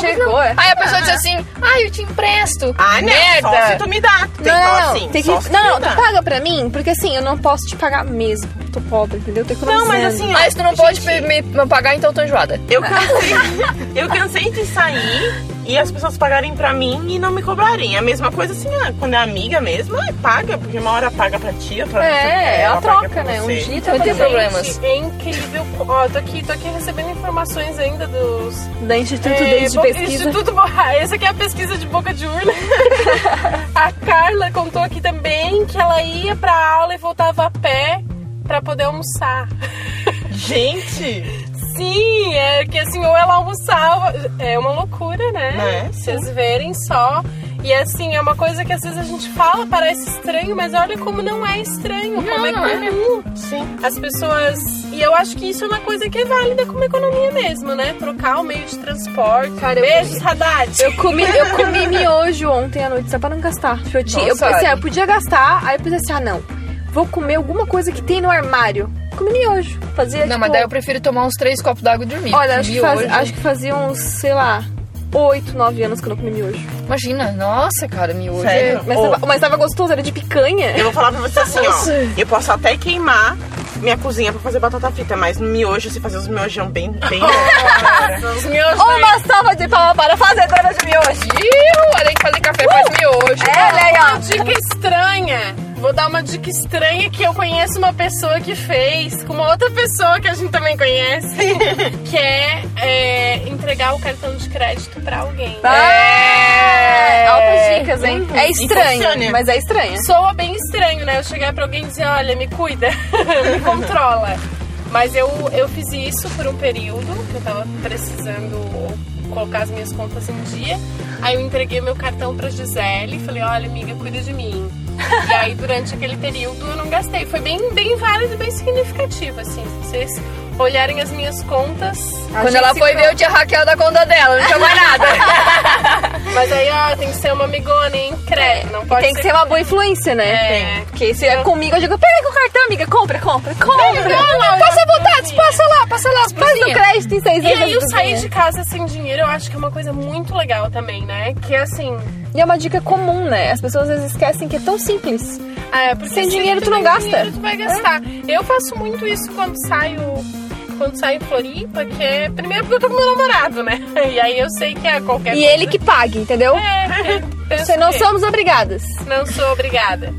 Speaker 5: chegou. Não,
Speaker 4: Aí a pessoa diz assim, ai, eu te empresto.
Speaker 3: Ah, não,
Speaker 4: Merda.
Speaker 3: só se tu me dá. Tu tem que falar assim,
Speaker 5: tem que...
Speaker 3: só se tu
Speaker 5: não, tá
Speaker 3: me
Speaker 5: não,
Speaker 3: dá.
Speaker 5: tu paga pra mim, porque assim, eu não posso te pagar mesmo. Tô pobre, entendeu? Tô
Speaker 3: Não,
Speaker 5: economizando.
Speaker 3: mas assim, ó,
Speaker 4: Mas tu não pode me, me pagar, então eu tô enjoada.
Speaker 3: eu cansei, eu cansei de sair e as pessoas pagarem pra mim e não me cobrarem. A mesma coisa assim, ah, quando é amiga mesmo, ah, paga, porque uma hora paga pra ti, outra hora
Speaker 5: É,
Speaker 3: ela
Speaker 5: ela
Speaker 3: paga
Speaker 5: troca,
Speaker 3: pra
Speaker 5: né? Um
Speaker 3: você.
Speaker 5: dia
Speaker 4: Não tem
Speaker 5: também.
Speaker 4: problemas.
Speaker 2: Gente, é incrível. Ó, tô aqui, tô aqui recebendo informações ainda dos.
Speaker 5: Da Instituto
Speaker 2: é,
Speaker 5: Deles de
Speaker 2: bo-
Speaker 5: Pesquisa.
Speaker 2: Instituto Bo- Ah, Essa aqui é a pesquisa de boca de urna. a Carla contou aqui também que ela ia pra aula e voltava a pé pra poder almoçar.
Speaker 3: Gente,
Speaker 2: Sim, é que assim, ou ela almoçava. É uma loucura, né?
Speaker 5: é?
Speaker 3: Né?
Speaker 2: Vocês verem só. E assim, é uma coisa que às vezes a gente fala, parece estranho, mas olha como não é estranho. como é
Speaker 4: não é.
Speaker 2: comum.
Speaker 3: sim.
Speaker 2: As pessoas E eu acho que isso é uma coisa que é válida como economia mesmo, né? Trocar o meio de transporte.
Speaker 5: Cara, eu-
Speaker 2: Beijos, Haddad.
Speaker 5: Eu comi, eu comi miojo ontem à noite, só pra não gastar. Tipo, Eu, tinha, eu
Speaker 6: Nossa,
Speaker 5: pensei,
Speaker 6: olha.
Speaker 5: eu podia gastar, aí eu pensei assim, ah não, vou comer alguma coisa que tem no armário. Comi miojo. Fazia,
Speaker 4: Não,
Speaker 5: tipo,
Speaker 4: mas daí eu prefiro tomar uns três copos d'água e dormir.
Speaker 5: Olha, acho que,
Speaker 4: Miojo.
Speaker 5: faz- acho que fazia uns, sei lá, 8, 9 anos que eu não comi miojo.
Speaker 4: Imagina, nossa, cara, miojo. é-
Speaker 3: Sério?
Speaker 5: Mas,
Speaker 3: Ô.
Speaker 5: tava, mas tava gostoso, era de picanha.
Speaker 3: Eu vou falar pra você assim, ó. Eu posso até queimar minha cozinha pra fazer batata frita, mas no miojo, se fazer os miojão bem, bem.
Speaker 2: Os meus
Speaker 5: Uma salva de palma para a fazedora de miojo.
Speaker 4: Ih, além de fazer café, faz miojo.
Speaker 5: Ela Uh! É, aí,
Speaker 2: Uma
Speaker 5: ó.
Speaker 2: dica estranha. Vou dar uma dica estranha que eu conheço uma pessoa que fez com uma outra pessoa que a gente também conhece, que é, é, entregar o cartão de crédito pra alguém.
Speaker 5: Ah! É. Altas dicas, hein? É
Speaker 3: funciona.
Speaker 5: estranho, mas é estranho.
Speaker 2: Soa bem estranho, né? Eu chegar pra alguém e dizer, olha, me cuida, me controla. Mas eu, eu fiz isso por um período, que eu tava precisando colocar as minhas contas em dia. Aí eu entreguei meu cartão pra Gisele e falei, olha, amiga, cuida de mim. e aí durante aquele período eu não gastei. Foi bem, bem válido, bem significativo, assim. Se vocês olharem as minhas contas.
Speaker 4: Quando ela foi ver, eu tinha hackeado a conta dela, não tinha mais nada.
Speaker 2: Mas aí, ó, tem que ser uma amigona, hein? Credo, não pode
Speaker 5: Tem que ser uma boa influência, né?
Speaker 2: É. Tem.
Speaker 5: Porque se é comigo, eu digo, pega aí com o cartão, amiga, compra, compra, compra.
Speaker 2: Laura,
Speaker 5: Passa à vontade, passa lá, passa lá. Faz no
Speaker 4: brusinhas.
Speaker 5: crédito em seis
Speaker 2: E
Speaker 5: vezes.
Speaker 2: aí, o sair
Speaker 5: brusinha.
Speaker 2: de casa sem dinheiro, eu acho que é uma coisa muito legal também, né? Que assim,
Speaker 5: E é uma dica comum, né? As pessoas às vezes esquecem que é tão simples.
Speaker 2: é, porque
Speaker 5: Sem
Speaker 2: se
Speaker 5: dinheiro tu não
Speaker 2: tem
Speaker 5: gasta. É.
Speaker 2: Dinheiro, tu vai gastar. Eu faço muito isso quando saio, quando saio em Floripa, que é primeiro porque eu tô com meu namorado, né? E aí eu sei que é qualquer
Speaker 5: E
Speaker 2: coisa.
Speaker 5: ele que pague, entendeu?
Speaker 2: é, eu penso
Speaker 5: Você não
Speaker 2: que-
Speaker 5: somos obrigadas.
Speaker 2: Não sou obrigada.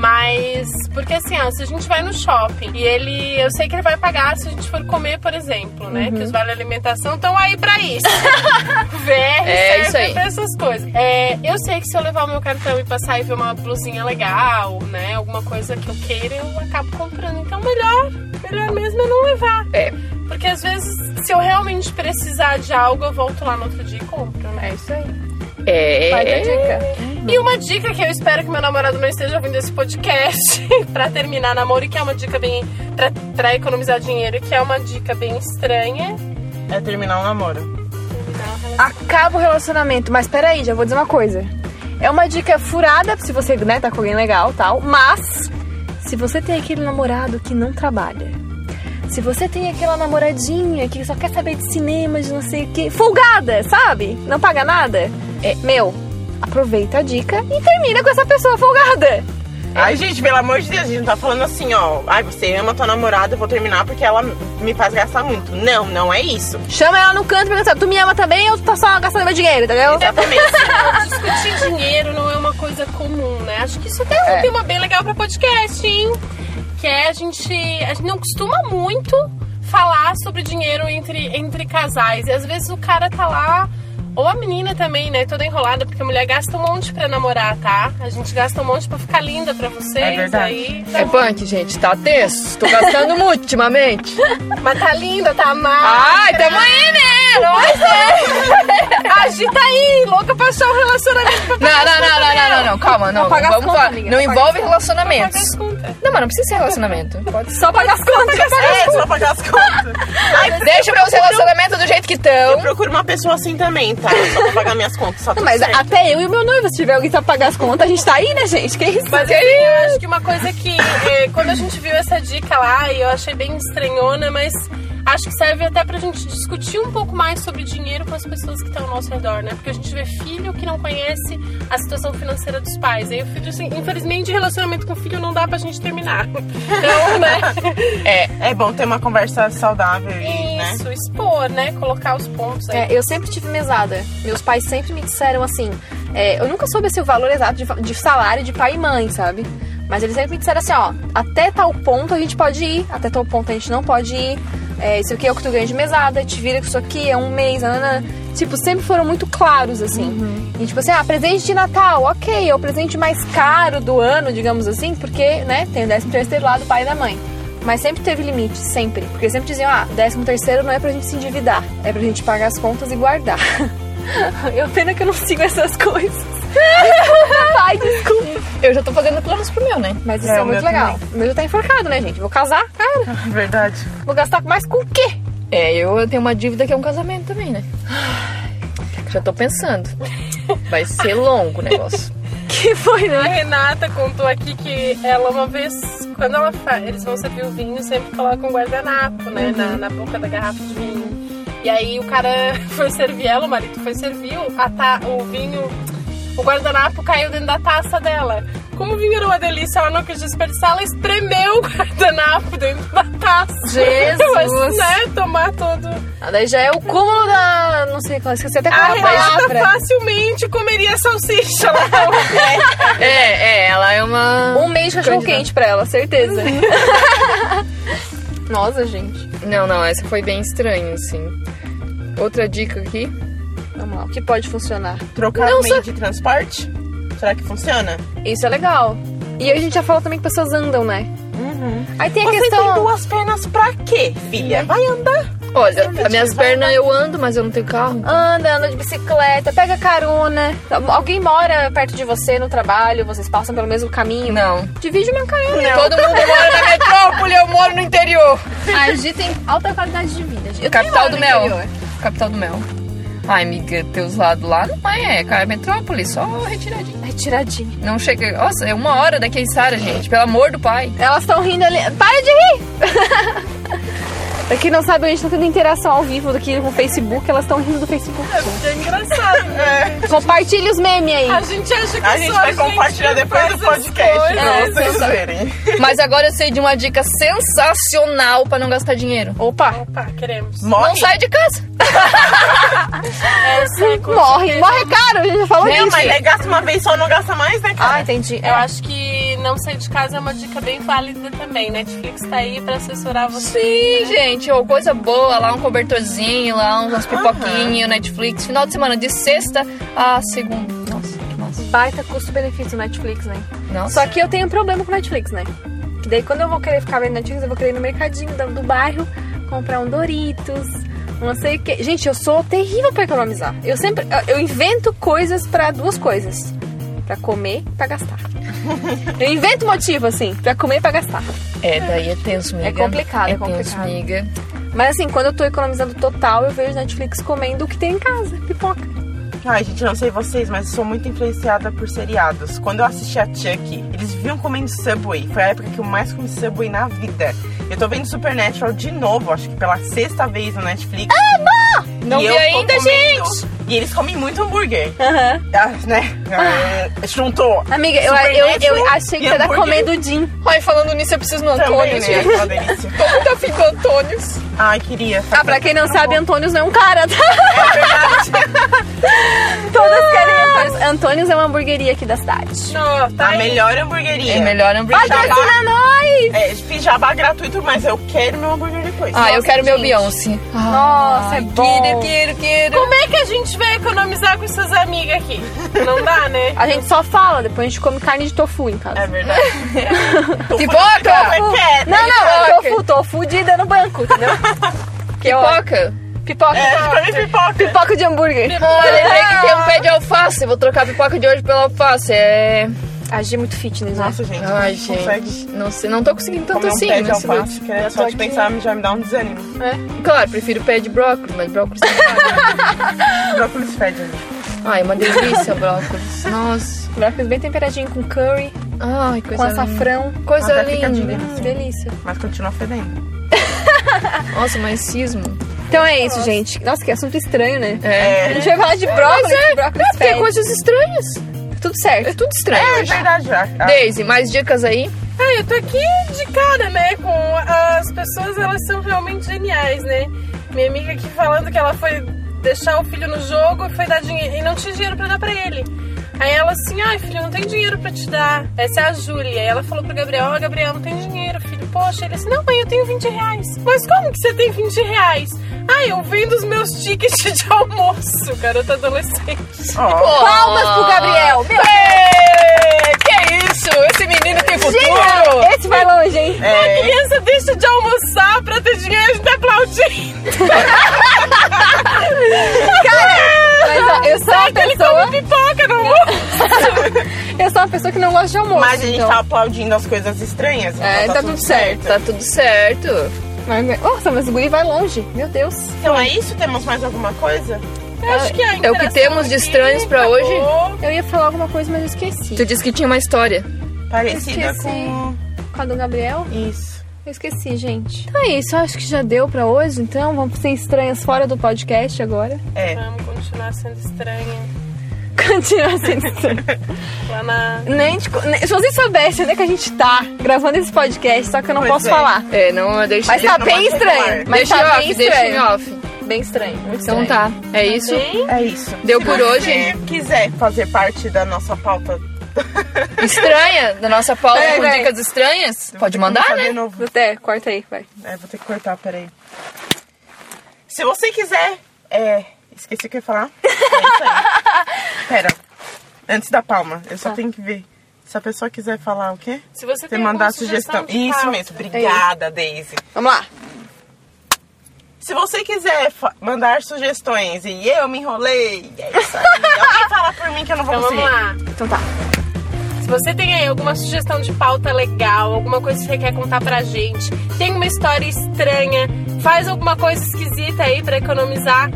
Speaker 2: Mas, porque assim, ó, se a gente vai no shopping e ele, eu sei que ele vai pagar se a gente for comer, por exemplo, né?
Speaker 4: Uhum.
Speaker 2: Que os vale alimentação estão aí pra isso. VR,
Speaker 4: É, isso aí.
Speaker 2: pra essas coisas. É, eu sei que se eu levar o meu cartão e passar e ver uma blusinha legal, né? Alguma coisa que eu queira, eu acabo comprando. Então, melhor, melhor mesmo é não levar.
Speaker 4: É.
Speaker 2: Porque às vezes, se eu realmente precisar de algo, eu volto lá no outro dia e compro, né? É isso aí.
Speaker 5: Vai dar
Speaker 4: É.
Speaker 5: dica.
Speaker 2: E uma dica que eu espero que meu namorado não esteja ouvindo esse podcast pra terminar namoro, e que é uma dica bem. Pra, pra economizar dinheiro, que é uma dica bem estranha.
Speaker 3: É terminar o namoro.
Speaker 5: Acaba o relacionamento. Mas peraí, já vou dizer uma coisa. É uma dica furada se você né, tá com alguém legal tal. Mas se você tem aquele namorado que não trabalha. Se você tem aquela namoradinha que só quer saber de cinema, de não sei o que, folgada, sabe? Não paga nada. É, meu, aproveita a dica e termina com essa pessoa folgada. É.
Speaker 3: Ai, gente, pelo amor de Deus, a gente não tá falando assim, ó. Ai, você ama tua namorada, eu vou terminar porque ela me faz gastar muito. Não, não é isso.
Speaker 5: Chama ela no canto e pergunta: tu me ama também ou tu tá só gastando meu dinheiro, entendeu?
Speaker 3: Exatamente.
Speaker 2: Discutir dinheiro não é uma coisa comum, né? Acho que isso até é um tema bem legal pra podcast, hein? Que é a gente. A gente não costuma muito falar sobre dinheiro entre, entre casais. E às vezes o cara tá lá. Ou a menina também, né? Toda enrolada, porque a mulher gasta um monte pra namorar, tá? A gente gasta um monte pra ficar linda pra vocês.
Speaker 3: É verdade.
Speaker 2: Aí,
Speaker 4: É punk, gente, tá tenso. Tô gastando muito ultimamente.
Speaker 2: Mas tá linda, tá amada.
Speaker 4: Ai, tamo aí, né?
Speaker 2: Agita aí, louca pra achar um relacionamento pra
Speaker 4: Não, não, não, não, não, não, não, calma, não.
Speaker 5: pagar as
Speaker 4: Vamos
Speaker 5: contas,
Speaker 4: falar.
Speaker 5: amiga,
Speaker 4: Não
Speaker 5: pagar as
Speaker 4: envolve
Speaker 2: pagar
Speaker 4: relacionamentos.
Speaker 2: as contas.
Speaker 4: Não, mas não precisa ser relacionamento. Pode
Speaker 5: Só pagar as contas.
Speaker 3: é, só pagar as contas. Ai,
Speaker 4: Deixa pra os relacionamentos do jeito que
Speaker 3: eu
Speaker 4: estão.
Speaker 3: procuro uma pessoa assim também, tá? Só pra pagar minhas contas. Só tudo
Speaker 5: Mas
Speaker 3: certo.
Speaker 5: até eu e o meu noivo, se tiver alguém pra pagar as contas, a gente tá aí, né, gente? Que isso?
Speaker 2: Mas assim, eu acho que uma coisa que eh, quando a gente viu essa dica lá, e eu achei bem estranhona, mas acho que serve até pra gente discutir um pouco mais sobre dinheiro com as pessoas que estão ao nosso redor, né? Porque a gente vê filho que não conhece a situação financeira dos pais. Aí o filho, assim, infelizmente, relacionamento com o filho não dá pra gente terminar. Então, né?
Speaker 3: É bom ter uma conversa saudável e, né?
Speaker 2: Isso, expor, né? Colocar os pontos aí.
Speaker 5: É, eu sempre tive mesada. Meus pais sempre me disseram assim. é, eu nunca soube assim, o valor exato de, de salário de pai e mãe, sabe? Mas eles sempre me disseram assim, ó, até tal ponto a gente pode ir, até tal ponto a gente não pode ir. É, isso aqui é o que tu ganha de mesada, te vira com isso aqui, é um mês, nanana. Tipo, sempre foram muito claros, assim. E tipo assim, ah, presente de Natal, ok, é o presente mais caro do ano, digamos assim, porque, né, tem o 13 terceiro lá do pai e da mãe. Mas sempre teve limite, sempre. Porque sempre diziam, ah, décimo terceiro não é pra gente se endividar, é pra gente pagar as contas e guardar. eu pena que eu não sigo essas coisas. Ai, desculpa.
Speaker 4: Eu já tô fazendo planos pro meu, né?
Speaker 5: Mas isso
Speaker 3: É,
Speaker 5: é,
Speaker 3: o
Speaker 5: muito
Speaker 3: meu
Speaker 5: legal. O meu já tá enforcado, né, gente? Vou casar, cara.
Speaker 3: Verdade.
Speaker 5: Vou gastar mais com o quê?
Speaker 4: É, eu tenho uma dívida que é um casamento também, né? Já tô pensando. Vai ser longo o negócio.
Speaker 5: Que foi,
Speaker 2: A
Speaker 5: né?
Speaker 2: Renata contou aqui que ela uma vez, quando ela fa- eles vão servir o vinho, sempre colocam um guardanapo, né?
Speaker 5: Uhum.
Speaker 2: Na, na boca da garrafa de vinho. E aí o cara foi servir ela, o marido foi servir, a ta- o vinho, o guardanapo caiu dentro da taça dela. Como o vinho era uma delícia, ela não quis desperdiçar, ela espremeu o guardanapo dentro da taça.
Speaker 5: Jesus.
Speaker 2: Mas, né, tomar todo.
Speaker 5: Ah, Daí já é o cúmulo da. Não sei qual, esqueci até qual
Speaker 2: A
Speaker 3: Ah,
Speaker 5: era a
Speaker 2: Renata
Speaker 5: Ah,
Speaker 3: é.
Speaker 5: palavra.
Speaker 2: facilmente comeria salsicha lá na
Speaker 4: É, é, ela é uma.
Speaker 5: Um mês de cachorro
Speaker 4: Candidata.
Speaker 5: quente pra ela, certeza.
Speaker 3: Uhum.
Speaker 5: Nossa, gente.
Speaker 4: Não, não, essa foi bem estranha, assim. Outra dica aqui.
Speaker 5: Vamos lá, o que pode funcionar?
Speaker 3: Trocar
Speaker 5: Não,
Speaker 3: o meio de transporte? Será que funciona?
Speaker 5: Isso é legal. E a gente já falou também que pessoas andam, né? Aí tem a
Speaker 3: Uhum. Você
Speaker 5: questão.
Speaker 3: tem duas pernas pra quê, filha? Vai andar.
Speaker 4: Olha, as minhas pernas eu ando, mas eu não tenho carro.
Speaker 5: Anda, anda de bicicleta, pega carona. Alguém mora perto de você no trabalho, vocês passam pelo mesmo caminho.
Speaker 4: Não.
Speaker 5: Divide uma carona.
Speaker 4: Todo mundo mora na metrópole, eu moro no interior.
Speaker 5: Agitem alta qualidade de vida. gente. Eu também
Speaker 4: Capital
Speaker 5: moro
Speaker 4: do
Speaker 5: no
Speaker 4: mel.
Speaker 5: interior.
Speaker 4: Capital do mel. Ai, amiga, teus lados lá não é, cara, é metrópole, só retiradinho.
Speaker 5: Retiradinha.
Speaker 4: Não chega. Nossa, é uma hora daqui a Sara, gente, pelo amor do pai.
Speaker 5: Elas estão rindo ali. Para de rir! pra quem não sabe, a gente tá tendo interação ao vivo aqui com o Facebook, elas estão rindo do Facebook.
Speaker 2: É engraçado, né?
Speaker 5: Compartilha os memes aí.
Speaker 2: A gente acha que
Speaker 3: A gente
Speaker 2: só
Speaker 3: vai compartilhar
Speaker 2: que
Speaker 3: depois do
Speaker 2: faz as
Speaker 3: podcast né?
Speaker 2: coisas.
Speaker 3: pra vocês verem.
Speaker 4: Mas agora eu sei de uma dica sensacional pra não gastar dinheiro.
Speaker 5: Opa!
Speaker 2: Opa, queremos.
Speaker 4: Não
Speaker 3: Morre.
Speaker 4: sai de casa.
Speaker 5: Morre! Morre caro! A gente já falou
Speaker 3: Não,
Speaker 5: disso.
Speaker 3: mas é gasta uma vez só, não gasta mais, né, cara?
Speaker 5: Ah, entendi.
Speaker 2: Eu acho que não sair de casa é uma dica bem válida também. Netflix tá aí pra assessorar você.
Speaker 4: Sim, gente, ou coisa boa, lá um cobertorzinho, lá umas pipoquinhas, Netflix. Final de semana de sexta a segunda. Nossa, que massa.
Speaker 5: Baita custo-benefício Netflix, né?
Speaker 4: Nossa.
Speaker 5: Só que eu tenho um problema com Netflix, né? Que daí quando eu vou querer ficar vendo Netflix, eu vou querer ir no mercadinho do, do bairro comprar um Doritos, um não sei o que. Gente, eu sou terrível pra economizar. Eu sempre. Eu, eu invento coisas pra duas coisas. Pra comer e pra gastar. Eu invento motivo, assim, pra comer e pra gastar.
Speaker 4: É, daí é tenso, miga.
Speaker 5: É complicado, é
Speaker 4: tenso,
Speaker 5: complicado.
Speaker 4: miga.
Speaker 5: Mas assim, quando eu tô economizando total, eu vejo Netflix comendo o que tem em casa, pipoca.
Speaker 3: Ai, gente, eu não sei vocês, mas eu sou muito influenciada por seriados. Quando eu assisti a Chuck, eles viviam comendo Subway. Foi a época que eu mais comi Subway na vida. Eu tô vendo Supernatural de novo, acho que pela sexta vez no Netflix. Amo!
Speaker 4: Não vi ainda, gente!
Speaker 3: E eles comem muito hambúrguer.
Speaker 5: Aham.
Speaker 3: Ah, né? Ah, juntou.
Speaker 5: Amiga, eu, eu, eu
Speaker 3: Supernatural
Speaker 5: achei que
Speaker 3: e
Speaker 5: você tá
Speaker 3: hambúrguer.
Speaker 5: comendo Jim.
Speaker 4: Ai, falando nisso, eu preciso no
Speaker 3: Também,
Speaker 4: Antônio,
Speaker 3: né?
Speaker 4: gente.
Speaker 3: Uma delícia.
Speaker 4: Tô muito afim do Antônios.
Speaker 3: Ai, queria.
Speaker 5: Ah, pra quem não sabe, Antônios não é Ah! um cara, tá? Todas querem Antônios. Antônios é uma hamburgueria aqui da cidade.
Speaker 2: Não, tá
Speaker 3: A
Speaker 2: aí.
Speaker 3: melhor hamburgueria. tá assim,
Speaker 4: É melhor hambúrguer.
Speaker 5: Patrocina Ah, nós!
Speaker 3: É, fiz jabá gratuito, mas eu quero meu hambúrguer depois.
Speaker 4: Ah, eu quero meu
Speaker 5: gente.
Speaker 4: Beyoncé.
Speaker 5: Nossa, é
Speaker 4: Quero,
Speaker 5: bom.
Speaker 4: quero, quero.
Speaker 2: Como é que a gente vai economizar com essas amigas aqui? Não dá, né?
Speaker 5: A gente só fala, depois a gente come carne de tofu em
Speaker 3: É
Speaker 5: casa.
Speaker 3: verdade.
Speaker 4: Tipo, Pipoca!
Speaker 3: Como é que é?
Speaker 5: Não, não,
Speaker 4: Pipoca.
Speaker 5: tofu, tofu de ida no banco, entendeu? Que eu-
Speaker 4: Pipoca.
Speaker 5: Pipoca.
Speaker 3: É, pra mim pipoca.
Speaker 5: Pipoca de hambúrguer.
Speaker 4: Ah, lembrei que tem um pé de alface. Vou trocar a pipoca de hoje pela alface. É.
Speaker 5: Agi muito fitness, né?
Speaker 3: Nossa, gente,
Speaker 4: Ai,
Speaker 3: não
Speaker 4: gente.
Speaker 3: consegue
Speaker 4: Não, sei, não tô conseguindo tanto
Speaker 3: comer um
Speaker 4: assim
Speaker 3: pé de
Speaker 4: nesse look.
Speaker 3: alface, que é só de pensar já me dá um desânimo.
Speaker 4: Claro, prefiro pé de brócolis, mas brócolis não paga.
Speaker 3: Brócolis fede.
Speaker 4: Ai, uma delícia brócolis. Nossa.
Speaker 5: Brócolis bem temperadinho com curry,
Speaker 4: Ai, coisa
Speaker 5: com
Speaker 4: linda.
Speaker 5: açafrão.
Speaker 4: Coisa
Speaker 3: Até fica
Speaker 4: linda.
Speaker 3: divino.
Speaker 5: Hum, delícia.
Speaker 3: Mas continua fedendo.
Speaker 4: Nossa, mas cismo.
Speaker 5: Então é isso, gente. Nossa, que assunto estranho, né? A
Speaker 3: É.
Speaker 5: gente vai falar de brócolis, que brócolis
Speaker 4: Tem
Speaker 5: fede.
Speaker 4: coisas estranhas.
Speaker 5: Tudo certo.
Speaker 4: É tudo estranho.
Speaker 3: É
Speaker 4: hoje.
Speaker 3: verdade, já. Ah,
Speaker 4: Daisy, mais dicas aí?
Speaker 2: Ah, eu tô aqui de cara, né? Com as pessoas, elas são realmente geniais, né? Minha amiga aqui falando que ela foi deixar o filho no jogo e foi dar dinheiro e não tinha dinheiro pra dar pra ele. Aí ela assim, ai filho, não tem dinheiro pra te dar. Essa é a Júlia. Aí ela falou pro Gabriel, ó, Gabriel, não tem dinheiro, filho. Poxa, ele assim, não, mãe, eu tenho 20 reais. Mas como que você tem 20 reais? Ah, eu vendo os meus tickets de almoço, garota adolescente.
Speaker 3: ó.
Speaker 5: Palmas pro Gabriel. Meu
Speaker 4: Ê, que isso? Esse menino tem futuro.
Speaker 5: Genial! Esse vai longe, hein?
Speaker 2: A
Speaker 3: É,
Speaker 2: criança deixa de almoçar pra ter dinheiro de aplaudir.
Speaker 5: Mas ó, eu sou uma
Speaker 2: Ele
Speaker 5: pessoa.
Speaker 2: come pipoca no almoço.
Speaker 5: sou uma pessoa que não gosta de almoço.
Speaker 3: Mas a gente
Speaker 5: então.
Speaker 3: tá aplaudindo as coisas estranhas. então
Speaker 4: É, tá, tudo, certo. Tá tudo certo.
Speaker 5: Mas- Nossa, mas o guri vai longe. Meu Deus.
Speaker 3: Então é isso? Temos mais alguma coisa? Eu acho que
Speaker 4: É o que temos de estranhos pra hoje?
Speaker 5: Eu ia falar alguma coisa, mas eu esqueci.
Speaker 4: Tu disse que tinha uma história.
Speaker 3: Parecida
Speaker 5: Esqueci.
Speaker 3: com
Speaker 5: Com a do Gabriel?
Speaker 3: isso.
Speaker 5: Eu esqueci, gente. Então é isso. Acho que já deu pra hoje, então. Vamos ser estranhas fora do podcast agora.
Speaker 3: É.
Speaker 2: Vamos continuar sendo estranho.
Speaker 5: Continuar sendo estranho.
Speaker 2: Lá na.
Speaker 5: nem, de co- nem- se vocês soubessem onde é que a gente tá gravando esse podcast, só que eu não
Speaker 3: Pois
Speaker 5: posso
Speaker 3: é.
Speaker 5: falar.
Speaker 4: É, não deixa.
Speaker 5: Mas
Speaker 4: deixa-
Speaker 5: tá
Speaker 3: não pode
Speaker 5: bem
Speaker 3: falar.
Speaker 5: estranho. Mas
Speaker 4: deixa
Speaker 5: tá
Speaker 4: em
Speaker 5: bem
Speaker 4: off, deixa em
Speaker 5: estranho.
Speaker 4: off.
Speaker 5: Bem estranho. Muito
Speaker 4: Então
Speaker 5: estranho.
Speaker 4: tá. É isso?
Speaker 3: É isso.
Speaker 4: Deu por
Speaker 3: Se
Speaker 4: hoje?
Speaker 3: você quiser fazer parte da nossa pauta,
Speaker 4: Estranha? Da nossa pauta
Speaker 5: É,
Speaker 4: com
Speaker 5: né?
Speaker 4: dicas estranhas? Pode mandar,
Speaker 3: fazer
Speaker 4: né?
Speaker 3: novo.
Speaker 5: Até, tá. corta aí, vai.
Speaker 3: É, vou ter que cortar, peraí. Se você quiser. É. Esqueci o que eu ia falar. É isso aí. Pera. Antes da palma, eu só tenho que ver. Se a pessoa quiser falar o quê?
Speaker 2: Tá. Se você
Speaker 3: Você
Speaker 2: tem alguma
Speaker 3: mandar a sugestão.
Speaker 2: de
Speaker 3: Isso
Speaker 2: pauta,
Speaker 3: mesmo. Obrigada, Daisy.
Speaker 5: Vamos lá.
Speaker 3: Se você quiser fa- mandar sugestões e eu me enrolei, é isso aí. Alguém fala por mim que eu não vou
Speaker 2: Então vamos
Speaker 3: conseguir.
Speaker 2: lá.
Speaker 5: Então tá.
Speaker 2: Se você tem aí alguma sugestão de pauta legal, alguma coisa que você quer contar pra gente, tem uma história estranha, faz alguma coisa esquisita aí pra economizar,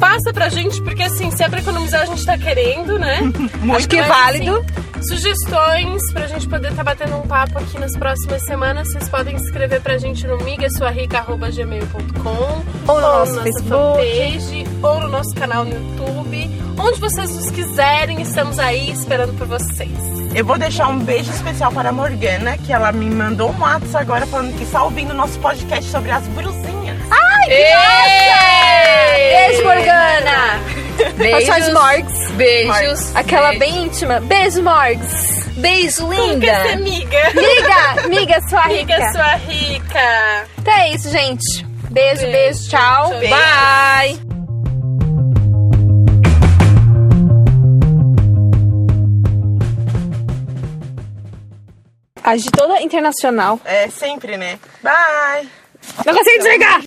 Speaker 2: passa pra gente, porque assim, se é pra economizar, a gente tá querendo, né?
Speaker 5: Acho que é
Speaker 2: Mas,
Speaker 5: válido.
Speaker 2: assim, sugestões pra gente poder estar batendo um papo aqui nas próximas semanas, vocês podem escrever pra gente no migasuarrica.gmail.com
Speaker 5: Ou no nosso
Speaker 2: nossa
Speaker 5: Facebook.
Speaker 2: fanpage, ou no nosso canal no YouTube, onde vocês nos quiserem, estamos aí esperando por vocês.
Speaker 3: Eu vou deixar um beijo especial para a Morgana, que ela me mandou um WhatsApp agora falando que está ouvindo o nosso podcast sobre as brusinhas.
Speaker 5: Beijo, Morgana! Faz só de Morgs.
Speaker 4: Beijos.
Speaker 5: Aquela bem íntima. Beijo, Morgs.
Speaker 4: Beijo,
Speaker 2: Quer ser
Speaker 4: linda.
Speaker 2: miga?
Speaker 5: Miga, miga sua rica.
Speaker 2: Miga sua rica.
Speaker 5: Então é isso, gente. Beijo, beijo,
Speaker 2: Beijo,
Speaker 5: tchau.
Speaker 2: tchau.
Speaker 4: Bye.
Speaker 5: Age toda internacional.
Speaker 3: É sempre, né? Bye! É, né?
Speaker 5: Não consigo desligar!